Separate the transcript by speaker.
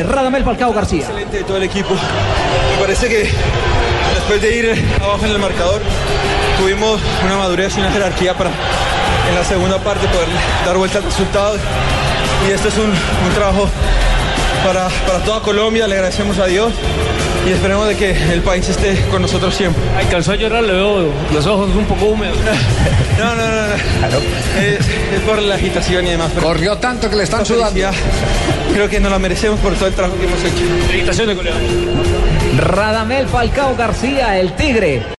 Speaker 1: Radamel Falcao García.
Speaker 2: Excelente de todo el equipo. Me parece que después de ir abajo en el marcador, tuvimos una madurez y una jerarquía para en la segunda parte poder dar vuelta al resultado. Y este es un, un trabajo para, para toda Colombia. Le agradecemos a Dios y esperemos de que el país esté con nosotros siempre.
Speaker 3: Ay, calzó a llorar, le veo los ojos un poco húmedos.
Speaker 2: No, no, no, no. Es, es por la agitación y demás. pero
Speaker 4: Corrió tanto que le están
Speaker 2: esta
Speaker 4: sudando.
Speaker 2: felicidad Creo que nos la merecemos por todo el trabajo que hemos hecho.
Speaker 3: Felicitaciones, goleador.
Speaker 1: Radamel Falcao García, el Tigre.